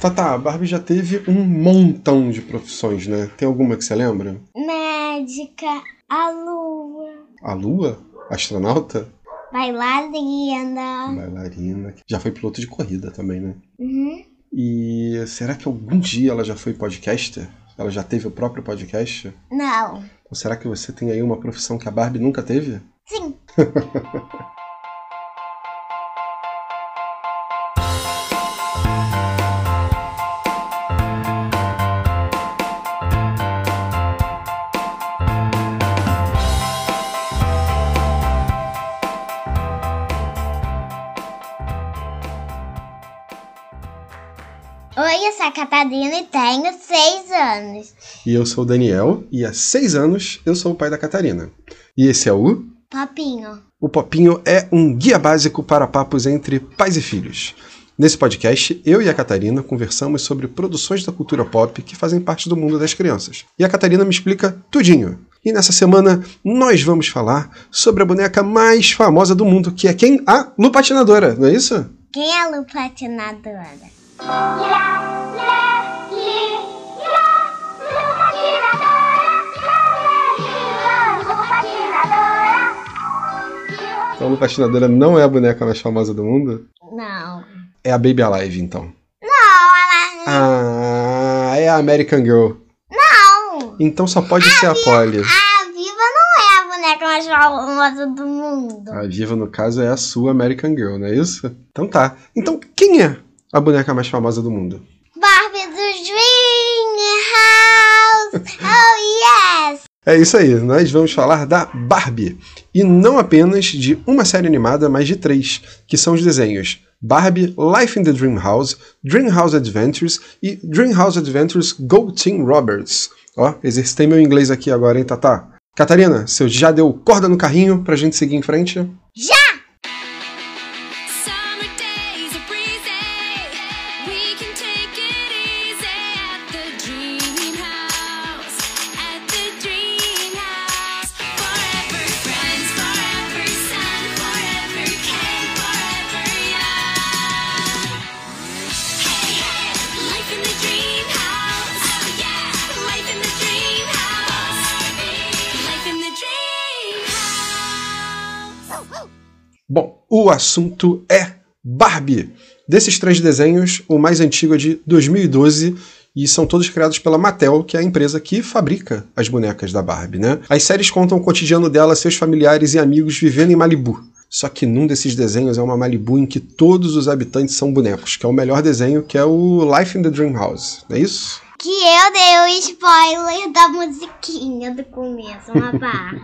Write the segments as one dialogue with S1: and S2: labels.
S1: Tá, tá, a Barbie já teve um montão de profissões, né? Tem alguma que você lembra?
S2: Médica, a lua,
S1: A Lua? Astronauta?
S2: bailarina.
S1: Bailarina. Já foi piloto de corrida também, né?
S2: Uhum.
S1: E será que algum dia ela já foi podcaster? Ela já teve o próprio podcast?
S2: Não.
S1: Ou será que você tem aí uma profissão que a Barbie nunca teve?
S2: Sim. Oi, eu sou a Catarina e tenho seis anos.
S1: E eu sou o Daniel, e há seis anos eu sou o pai da Catarina. E esse é o.
S2: Papinho.
S1: O Popinho é um guia básico para papos entre pais e filhos. Nesse podcast, eu e a Catarina conversamos sobre produções da cultura pop que fazem parte do mundo das crianças. E a Catarina me explica tudinho. E nessa semana, nós vamos falar sobre a boneca mais famosa do mundo, que é quem? A Lupatinadora, não é isso?
S2: Quem é a Lu Patinadora?
S1: Então, a Lupatinadora não é a boneca mais famosa do mundo?
S2: Não.
S1: É a Baby Alive, então.
S2: Não, ela
S1: Ah, é a American Girl.
S2: não.
S1: Então só pode ser a Polly.
S2: A Viva não é a boneca mais famosa do mundo.
S1: A Viva, no caso, é a sua American Girl, não é isso? Então tá. Então, quem é a boneca mais famosa do mundo?
S2: Barbie do Dream House. Oh, yes.
S1: É isso aí, nós vamos falar da Barbie. E não apenas de uma série animada, mas de três, que são os desenhos Barbie, Life in the Dream House, Dream House Adventures e Dream House Adventures Go Team Roberts. Ó, exercitei meu inglês aqui agora, hein, Tatá? Catarina, você já deu corda no carrinho pra gente seguir em frente?
S2: Já.
S3: Summer days are breezy. We can take it easy at the dream house. At the dream house. Forever friends, forever sun, forever king, forever young. Hey, hey, life in the dream house. Oh, Yeah, life in the dream house. Life in the dream house.
S1: Bom, o assunto é Barbie. Desses três desenhos, o mais antigo é de 2012 e são todos criados pela Mattel, que é a empresa que fabrica as bonecas da Barbie, né? As séries contam o cotidiano dela, seus familiares e amigos vivendo em Malibu. Só que num desses desenhos é uma Malibu em que todos os habitantes são bonecos, que é o melhor desenho, que é o Life in the Dream House, não é isso?
S2: Que eu dei o spoiler da musiquinha do começo, uma parte.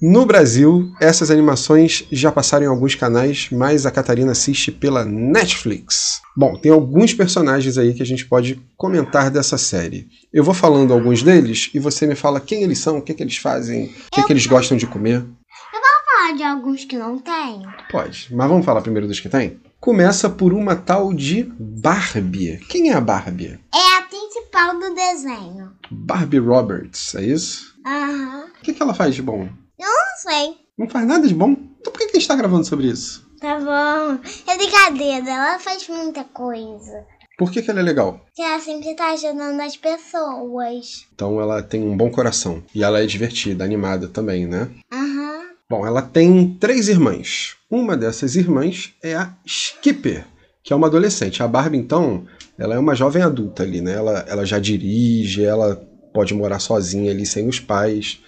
S1: No Brasil, essas animações já passaram em alguns canais, mas a Catarina assiste pela Netflix. Bom, tem alguns personagens aí que a gente pode comentar dessa série. Eu vou falando alguns deles e você me fala quem eles são, o que, que eles fazem, o que, que eles gostam de comer.
S2: Vou falar de alguns que não tem.
S1: Pode, mas vamos falar primeiro dos que tem? Começa por uma tal de Barbie. Quem é a Barbie?
S2: É a principal do desenho.
S1: Barbie Roberts, é isso?
S2: Aham.
S1: O que, que ela faz de bom?
S2: Não sei.
S1: Não faz nada de bom? Então por que, que a gente tá gravando sobre isso?
S2: Tá bom. É brincadeira, ela faz muita coisa.
S1: Por que, que ela é legal?
S2: Que ela sempre tá ajudando as pessoas.
S1: Então ela tem um bom coração. E ela é divertida, animada também, né?
S2: Aham.
S1: Bom, ela tem três irmãs. Uma dessas irmãs é a Skipper, que é uma adolescente. A Barbie, então, ela é uma jovem adulta ali, né? Ela, ela já dirige, ela pode morar sozinha ali sem os pais.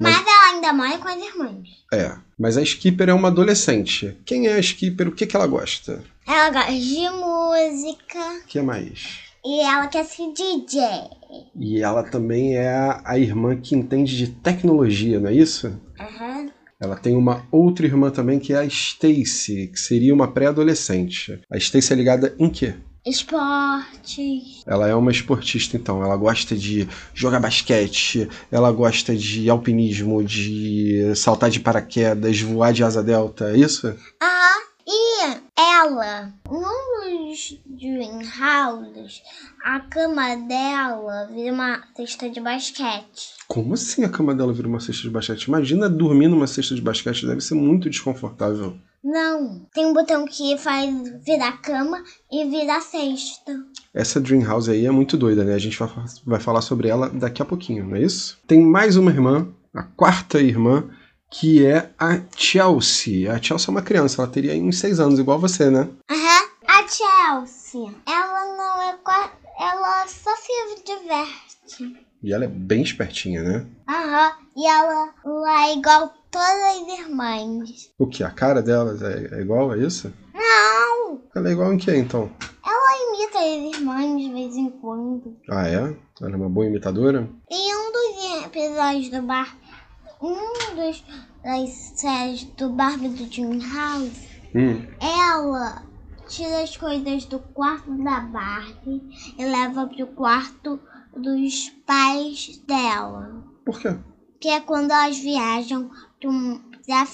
S2: Mas...
S1: Mas-
S2: ela ainda mora com as irmãs.
S1: É. Mas a Skipper é uma adolescente. Quem é a Skipper? O que, que ela gosta?
S2: Ela gosta de música
S1: O que mais?
S2: e ela quer ser DJ.
S1: E ela também é a- a irmã que entende de tecnologia, não é isso?
S2: Aham.
S1: Ela tem uma outra irmã também que é a Stacy, que seria uma pré-adolescente. A Stacy é ligada em quê?
S2: Esportes.
S1: Ela é uma esportista, então. Ela gosta de jogar basquete, ela gosta de alpinismo, de saltar de paraquedas, voar de asa delta, é isso?
S2: Aham. E ela, num dos dream houses, a cama dela vira uma cesta de basquete.
S1: Como assim a cama dela vira uma cesta de basquete? Imagina dormir numa cesta de basquete, deve ser muito desconfortável.
S2: Não. Tem um botão que faz virar cama e virar cesta.
S1: Essa Dream House aí é muito doida, né? A gente vai, fa- vai falar sobre ela daqui a pouquinho, não é isso? Tem mais uma irmã, a quarta irmã, que é a Chelsea. A Chelsea é uma criança, ela teria aí uns seis anos, igual você, né?
S2: Aham. A Chelsea, ela não é qua- Ela só se diverte.
S1: E ela é bem espertinha, né?
S2: Aham. E ela, ela é igual todas as irmãs.
S1: O que? A cara dela é, é igual a isso?
S2: Não!
S1: Ela é igual em quê, então?
S2: Ela imita as irmãs de vez em quando.
S1: Ah, é? Ela é uma boa imitadora?
S2: Em um dos episódios do bar. Um dos das séries do Barbie do Dream House.
S1: Hum.
S2: Ela tira as coisas do quarto da Barbie e leva pro quarto dos pais dela.
S1: Por quê?
S2: Que é quando elas viajam pro- pra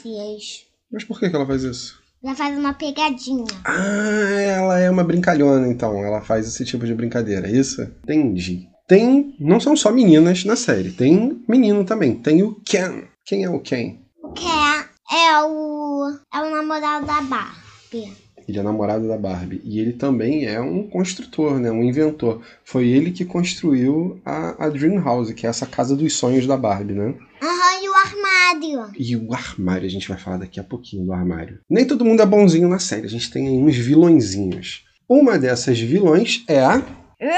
S2: férias.
S1: Mas por que que ela faz isso?
S2: Ela faz uma pegadinha.
S1: Ah, ela é uma brincalhona, então. Ela faz esse tipo de brincadeira, é isso? Entendi. Tem. Não são só meninas na série, tem menino também. Tem o Ken. Quem é o Ken?
S2: O que é, é o. É o namorado da Barbie.
S1: Ele é namorado da Barbie. E ele também é um construtor, né? Um inventor. Foi ele que construiu a, a Dream House, que é essa casa dos sonhos da Barbie, né?
S2: Aham, e o armário.
S1: E o armário, a gente vai falar daqui a pouquinho do armário. Nem todo mundo é bonzinho na série, a gente tem aí uns vilõezinhos. Uma dessas vilões é a
S2: é?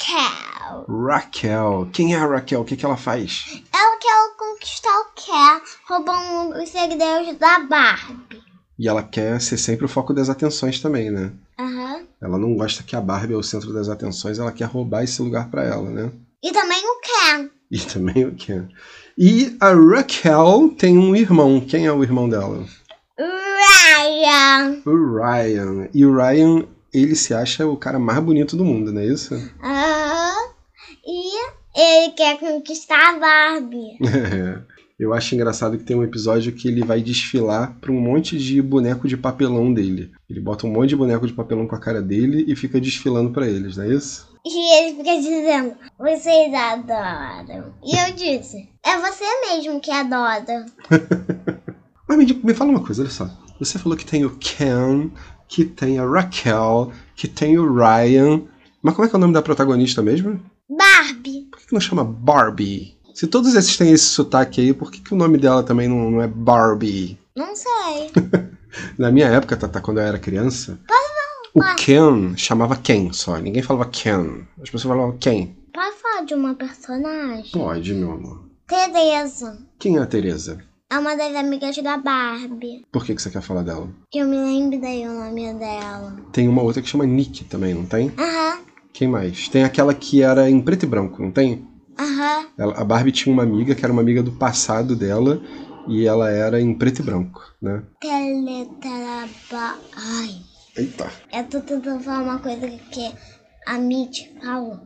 S2: Raquel.
S1: Raquel. Quem é a Raquel? O que, que ela faz?
S2: Ela quer conquistar o que? Roubando os segredos da Barbie.
S1: E ela quer ser sempre o foco das atenções também, né?
S2: Aham.
S1: Ela não gosta que a Barbie é o centro das atenções, ela quer roubar esse lugar pra ela, né?
S2: E também o Ken.
S1: E também o Ken. E a Raquel tem um irmão. Quem é o irmão dela?
S2: Ryan.
S1: O Ryan. E o Ryan, ele se acha o cara mais bonito do mundo, não é isso?
S2: Aham. E ele quer conquistar a Barbie.
S1: É. Eu acho engraçado que tem um episódio que ele vai desfilar pra um monte de boneco de papelão dele. Ele bota um monte de boneco de papelão com a cara dele e fica desfilando pra eles, não é isso?
S2: E ele fica dizendo: Vocês adoram. E eu disse: É você mesmo que adora.
S1: Mas me, di- me fala uma coisa, olha só. Você falou que tem o Ken, que tem a Raquel, que tem o Ryan. Mas como é que é o nome da protagonista mesmo?
S2: Barbie.
S1: Por que, que não chama Barbie? Se todos esses têm esse sotaque aí, por que, que o nome dela também não, não é Barbie?
S2: Não sei.
S1: Na minha época, Tata, quando eu era criança, o Ken chamava Ken só. Ninguém falava Ken. As pessoas falavam Ken.
S2: Pode falar de uma personagem?
S1: Pode, meu amor.
S2: Teresa.
S1: Quem é a Tereza?
S2: É uma das amigas da Barbie.
S1: Por que, que você quer falar dela?
S2: Que eu me lembrei o nome dela.
S1: Tem uma outra que chama Nick também, não tem?
S2: Aham.
S1: Quem mais? Tem aquela que era em preto e branco, não tem?
S2: Aham.
S1: Ela- a Barbie tinha uma amiga que era uma amiga do passado dela e ela era em preto e branco, né?
S2: Teletraba. Ai.
S1: Eita,
S2: Eu tô tentando falar uma coisa que a Mitch falou.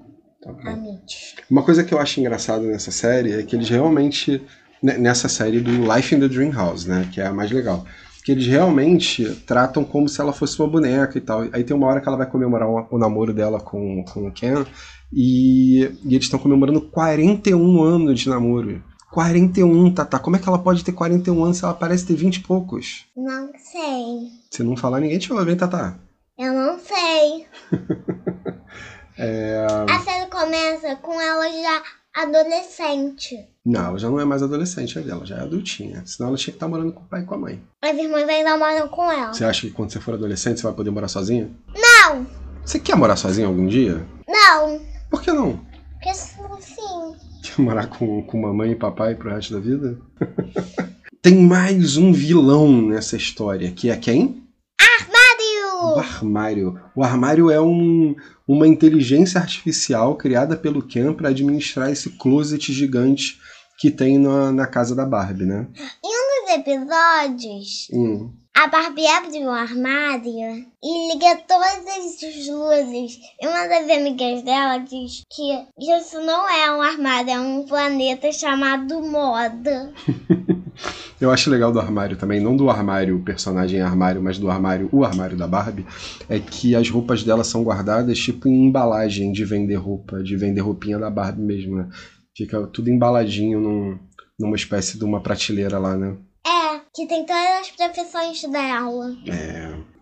S1: tá bom.
S2: A Mitch.
S1: Uma coisa que eu acho engraçada nessa série é que eles realmente. ne- Nessa série do Life in the Dream House, né? Que é a mais legal. Que eles realmente tratam como se ela fosse uma boneca e tal. Aí tem uma hora que ela vai comemorar o- o namoro dela com, com o Ken. E, e eles estão comemorando 41 anos de namoro. 41, Tata. Como é que ela pode ter 41 anos se ela parece ter 20 e poucos?
S2: Não sei.
S1: Se não falar, ninguém te ouve, hein, Tata?
S2: Eu não sei.
S1: É, um,
S2: A série começa com ela já adolescente.
S1: Não, ela já não é mais adolescente, né, ela já é adultinha. Senão ela tinha que estar morando com o pai e com a mãe.
S2: As irmãs ainda moram com ela.
S1: Você acha que quando você for adolescente você vai poder morar sozinha?
S2: Não!
S1: Você quer morar sozinho algum dia?
S2: Não!
S1: Por que não?
S2: Porque assim.
S1: Quer morar com, com mamãe e papai pro resto da vida? Tem mais um vilão nessa história, que é quem? O
S2: Mario!
S1: armário. O armário é um, uma inteligência artificial criada pelo Ken para administrar esse closet gigante que tem na, na casa da Barbie, né?
S2: Nos episódios,
S1: Hum.
S2: a Barbie abre um armário e liga todas as luzes. E uma das amigas dela diz que isso não é um armário, é um planeta chamado Moda.
S1: Eu acho legal do armário também, não do armário, o personagem é armário, mas do armário, o armário da Barbie, é que as roupas dela são guardadas tipo em embalagem de vender roupa, de vender roupinha da Barbie mesmo, né? Fica tudo embaladinho num- numa espécie de uma prateleira lá, né?
S2: É, que tem todas as profissões dela.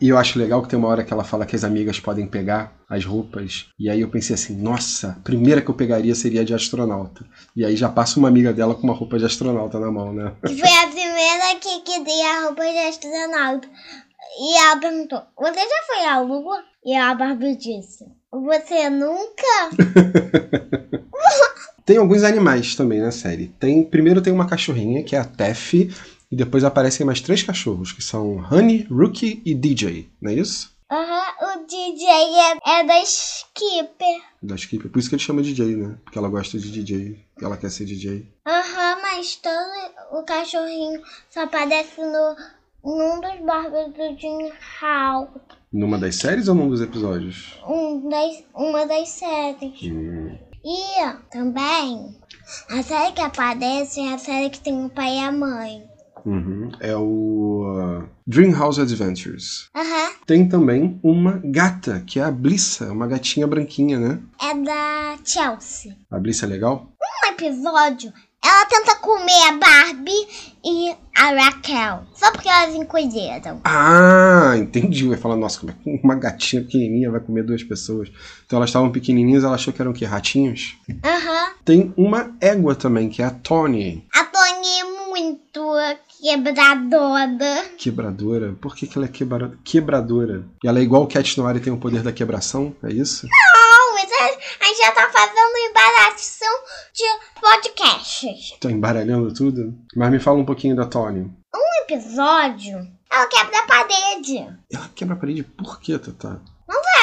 S1: E eu acho legal que tem uma hora que ela fala que as amigas podem pegar as roupas. E aí eu pensei assim, nossa, a primeira que eu pegaria seria a de astronauta. E aí já passa uma amiga dela com uma roupa de astronauta na mão, né?
S2: Que foi a primeira que queria a roupa de astronauta. E ela perguntou: Você já foi à lua? E a Barbie disse: Você nunca?
S1: Tem alguns animais também na série. Tem, primeiro tem uma cachorrinha, que é a Teffy, e depois aparecem mais três cachorros, que são Honey, Rookie e DJ, não é isso?
S2: Aham, o DJ é, é da Skipper.
S1: Da Skip. Por isso que ele chama DJ, né? Porque ela gosta de DJ, ela quer ser DJ.
S2: Aham, mas todo o cachorrinho só aparece no, num dos Barbies do Jim Hall.
S1: Numa das séries ou num dos episódios?
S2: Um das, uma das séries.
S1: Hum,
S2: E também, a série que aparece é a série que tem o pai e a mãe.
S1: uhum. É o uh, Dream House Adventures.
S2: Aham,
S1: Tem também uma gata, que é a Blissa, uma gatinha branquinha, né?
S2: é da Chelsea.
S1: A Blissa é legal?
S2: Um episódio, ela tenta comer a Barbie e a Raquel. Só porque elas encolheram.
S1: Ah, entendi. Vai falar, nossa, como é que uma gatinha pequenininha vai comer duas pessoas? Então elas estavam pequenininhas, ela achou que eram o quê? Ratinhos?
S2: Aham.
S1: Tem uma égua também, que é a Tony.
S2: A Tony é muito quebradora.
S1: Quebradora. Por que, que ela é quebra... quebradora? E ela é igual o Cat Noir e tem o poder da quebração? É isso?
S2: Não, mas a, a gente já tá fazendo embaração de podcasts.
S1: Tô embaralhando tudo. Mas me fala um pouquinho da Tony.
S2: Um episódio, ela quebra a parede.
S1: Ela quebra a parede por quê, Tata?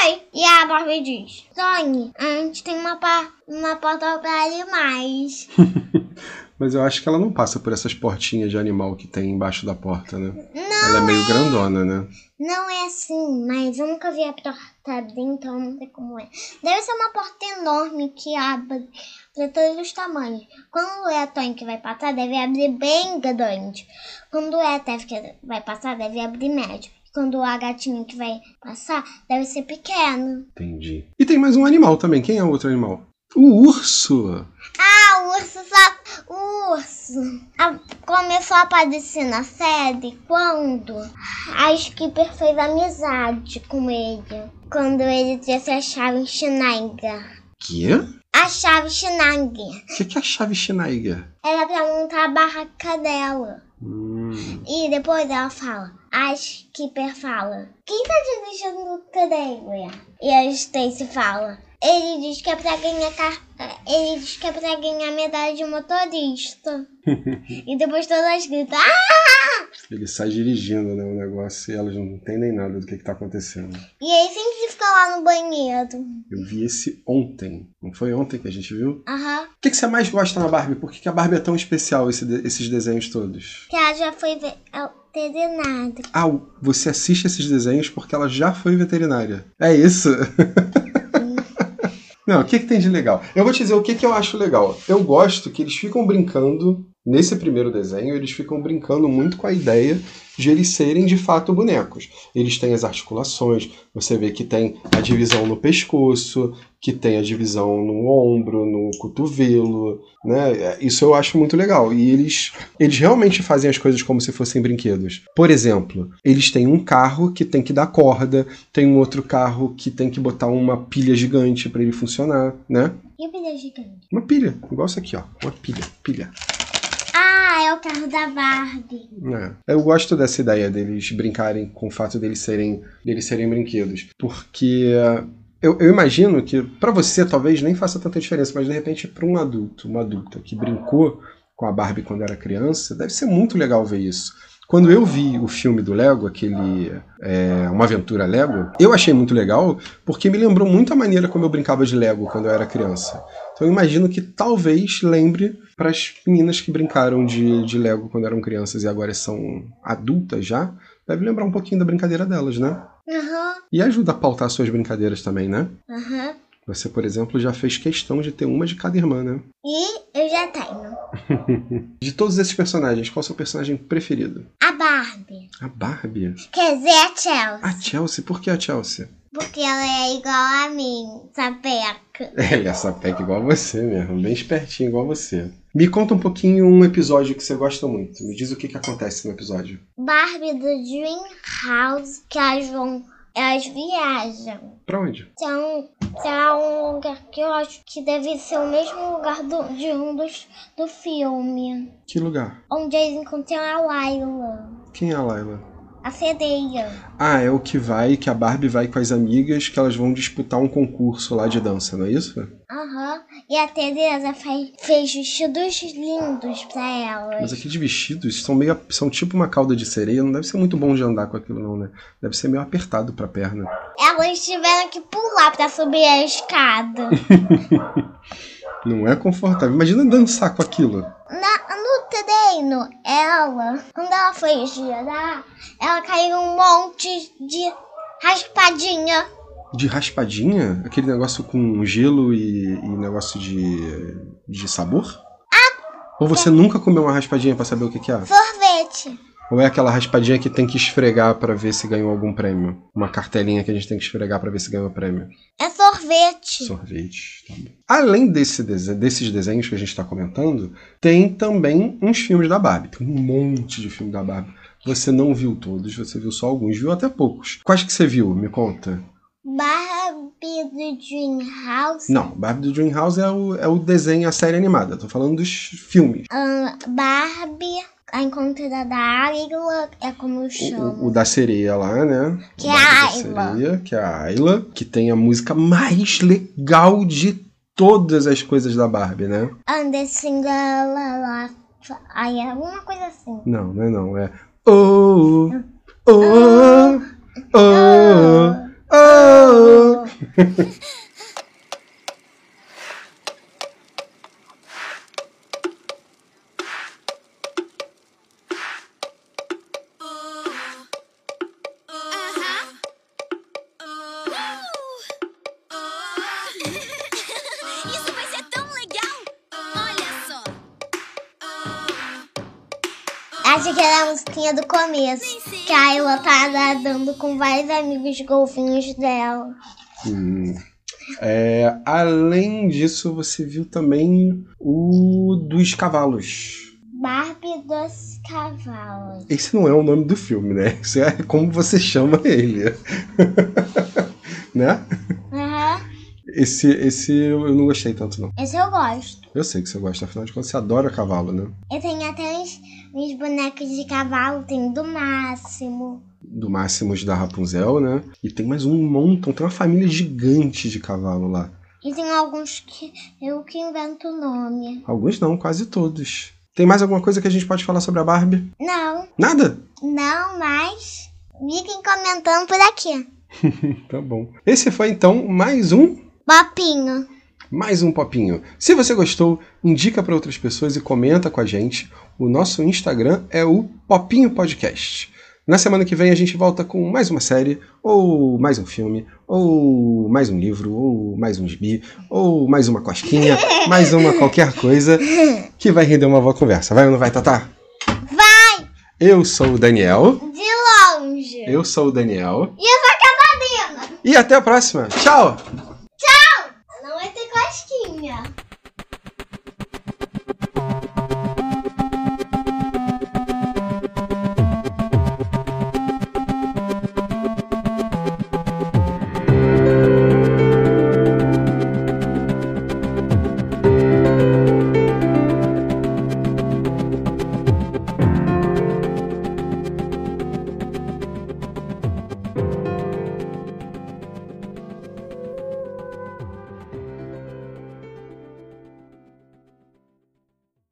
S2: Ai, E a Barbie diz: Tony, a gente tem uma, pa- uma porta pra animais.
S1: Mas eu acho que ela não passa por essas portinhas de animal que tem embaixo da porta, né? Ela é meio grandona, né?
S2: Não é assim, mas eu nunca vi a porta dentro, eu não sei como é. Deve ser uma porta enorme que abre pra todos os tamanhos. Quando é a Tony que vai passar, deve abrir bem grande. Quando é a Tef que vai passar, deve abrir médio. Quando a gatinha que vai passar, deve ser pequeno.
S1: Entendi. E tem mais um animal também. Quem é o outro animal? O urso!
S2: Ah, o urso só. O urso a- começou a aparecer na série quando a Skipper fez amizade com ele. Quando ele trouxe a chave Schneider.
S1: Quê? O
S2: A chave Schneider
S1: que, que é a chave Schneider?
S2: era pra montar a barraca dela.
S1: Hum,
S2: E depois ela fala. A Skipper fala: Quem tá dirigindo o trailer? E a Stacy fala. Ele diz que é pra ganhar car... Ele diz que é pra ganhar medalha de motorista. e depois todas gritam. Ah!
S1: ele sai dirigindo né, o negócio e elas não entendem nada do que, que tá acontecendo.
S2: E aí sempre fica lá no banheiro.
S1: Eu vi esse ontem. Não foi ontem que a gente viu?
S2: Aham.
S1: O que, que você mais gosta na Barbie? Por que, que a Barbie é tão especial, esse de- esses desenhos todos?
S2: Que ela já foi é ve- alternada.
S1: Ah, o- você assiste esses desenhos porque ela já foi veterinária. É isso? Não, o que, que tem de legal? Eu vou te dizer o que, que eu acho legal. Eu gosto que eles ficam brincando, nesse primeiro desenho, eles ficam brincando muito com a ideia de eles serem de fato bonecos. Eles têm as articulações, você vê que tem a divisão no pescoço, que tem a divisão no ombro, no cotovelo, né? Isso eu acho muito legal. E eles eles realmente fazem as coisas como se fossem brinquedos. Por exemplo, eles têm um carro que tem que dar corda, tem um outro carro que tem que botar uma pilha gigante pra ele funcionar, né?
S2: E o pneu gigante?
S1: Uma pilha, igual isso aqui, ó. Uma pilha, pilha.
S2: Ah, é o carro da Barbie.
S1: É. Eu gosto dessa ideia deles brincarem com o fato deles serem, deles serem brinquedos, porque eh, eu, eu imagino que pra você talvez nem faça tanta diferença, mas de repente pra um adulto, uma adulta que brincou com a Barbie quando era criança, deve ser muito legal ver isso. Quando eu vi o filme do Lego, aquele eh, Uma Aventura Lego, eu achei muito legal porque me lembrou muito a maneira como eu brincava de Lego quando eu era criança. Então eu imagino que talvez lembre para as meninas que brincaram de, de Lego quando eram crianças e agora são adultas já, deve lembrar um pouquinho da brincadeira delas, né?
S2: Aham,
S1: E ajuda a pautar suas brincadeiras também, né?
S2: aham.
S1: Você, por exemplo, já fez questão de ter uma de cada irmã, né?
S2: E eu já tenho.
S1: De todos esses personagens, qual é o seu personagem preferido?
S2: A Barbie.
S1: A Barbie?
S2: Quer dizer, a Chelsea.
S1: A Chelsea? Por que a Chelsea?
S2: Porque ela é igual a mim, tá sapeca.
S1: Ela é sapeca igual a você mesmo, bem espertinha igual a você. Me conta um pouquinho um episódio que você gosta muito. Me diz o que, que acontece no episódio.
S2: Barbie do Dream House, que elas vão. Elas viajam.
S1: Pra onde?
S2: Então, é um lugar que eu acho que deve ser o mesmo lugar do, de um dos do filme.
S1: Que lugar?
S2: Onde eles encontram a Laila,
S1: Quem é a Laila?
S2: a sereia.
S1: Ah, é o que vai, que a Barbie vai com as amigas, que elas vão disputar um concurso lá de dança, não é isso?
S2: Aham. E a Tereza faz, fez vestidos lindos pra elas.
S1: Mas aqueles vestidos são meio. são tipo uma cauda de sereia, não deve ser muito bom de andar com aquilo, não, né? Deve ser meio apertado pra perna.
S2: Elas tiveram que pular pra subir a escada.
S1: Não é confortável. Imagina dançar com aquilo.
S2: Na- no treino, ela, quando ela foi girar, ela caiu um monte de raspadinha.
S1: De raspadinha? Aquele negócio com gelo e, e negócio de. de sabor? Ou você nunca comeu uma raspadinha pra saber o que, que é?
S2: Sorvete.
S1: Ou é aquela raspadinha que tem que esfregar pra ver se ganhou algum prêmio? Uma cartelinha que a gente tem que esfregar pra ver se ganhou prêmio?
S2: É sorvete.
S1: Sorvete. Tá bom. Além desse dese- desses desenhos que a gente está comentando, tem também uns filmes da Barbie. Tem um monte de filme da Barbie. Você não viu todos, você viu só alguns, viu até poucos. Quais que você viu? Me conta.
S2: Barbie do Dream House.
S1: Não, Barbie do Dreamhouse é o, é o desenho, a série animada. Tô falando dos filmes.
S2: Ahn, Barbie, a encontrada da águila, é como eu
S1: O,
S2: chamo.
S1: o- o da sereia lá, né?
S2: Que
S1: O
S2: é
S1: Barbie
S2: a
S1: da
S2: Ayla.
S1: Sereia, que é a Ayla, que tem a música mais legal de todas as coisas da Barbie, né?
S2: And the Cinderella. Aí é alguma coisa assim.
S1: Não, não é não, é. Oh, oh, oh, oh, oh.
S3: Isso vai ser tão legal! Olha só!
S2: Acho que era a musiquinha do começo. Que a Ayla tá nadando com vários amigos golfinhos dela.
S1: Hum. É, além disso, você viu também o dos cavalos.
S2: Barbie dos cavalos.
S1: Esse não é o nome do filme, né? Isso é como você chama ele. né?
S2: Aham.
S1: Esse, esse eu não gostei tanto, não.
S2: Esse eu gosto.
S1: Eu sei que você gosta, afinal de contas, você adora cavalo, né?
S2: Eu tenho até uns, uns bonecos de cavalo, tem do máximo.
S1: do Máximos da Rapunzel, né? E tem mais um montão, tem uma família gigante de cavalo lá.
S2: E tem alguns que eu que invento o nome.
S1: Alguns não, quase todos. Tem mais alguma coisa que a gente pode falar sobre a Barbie?
S2: Não,
S1: Nada?
S2: não, mas fiquem comentando por aqui.
S1: Tá bom. Esse foi então mais um
S2: Papinho.
S1: mais um popinho. Se você gostou, indica para outras pessoas e comenta com a gente. O nosso Instagram é o Popinho Podcast. Na semana que vem a gente volta com mais uma série, ou mais um filme, ou mais um livro, ou mais um gibi, ou mais uma cosquinha, mais uma qualquer coisa que vai render uma boa conversa. Vai ou não vai, Tatá? Vai! Eu sou o Daniel.
S2: De longe.
S1: Eu sou o Daniel.
S2: E eu sou a Catarina.
S1: E até a próxima. Tchau!
S2: é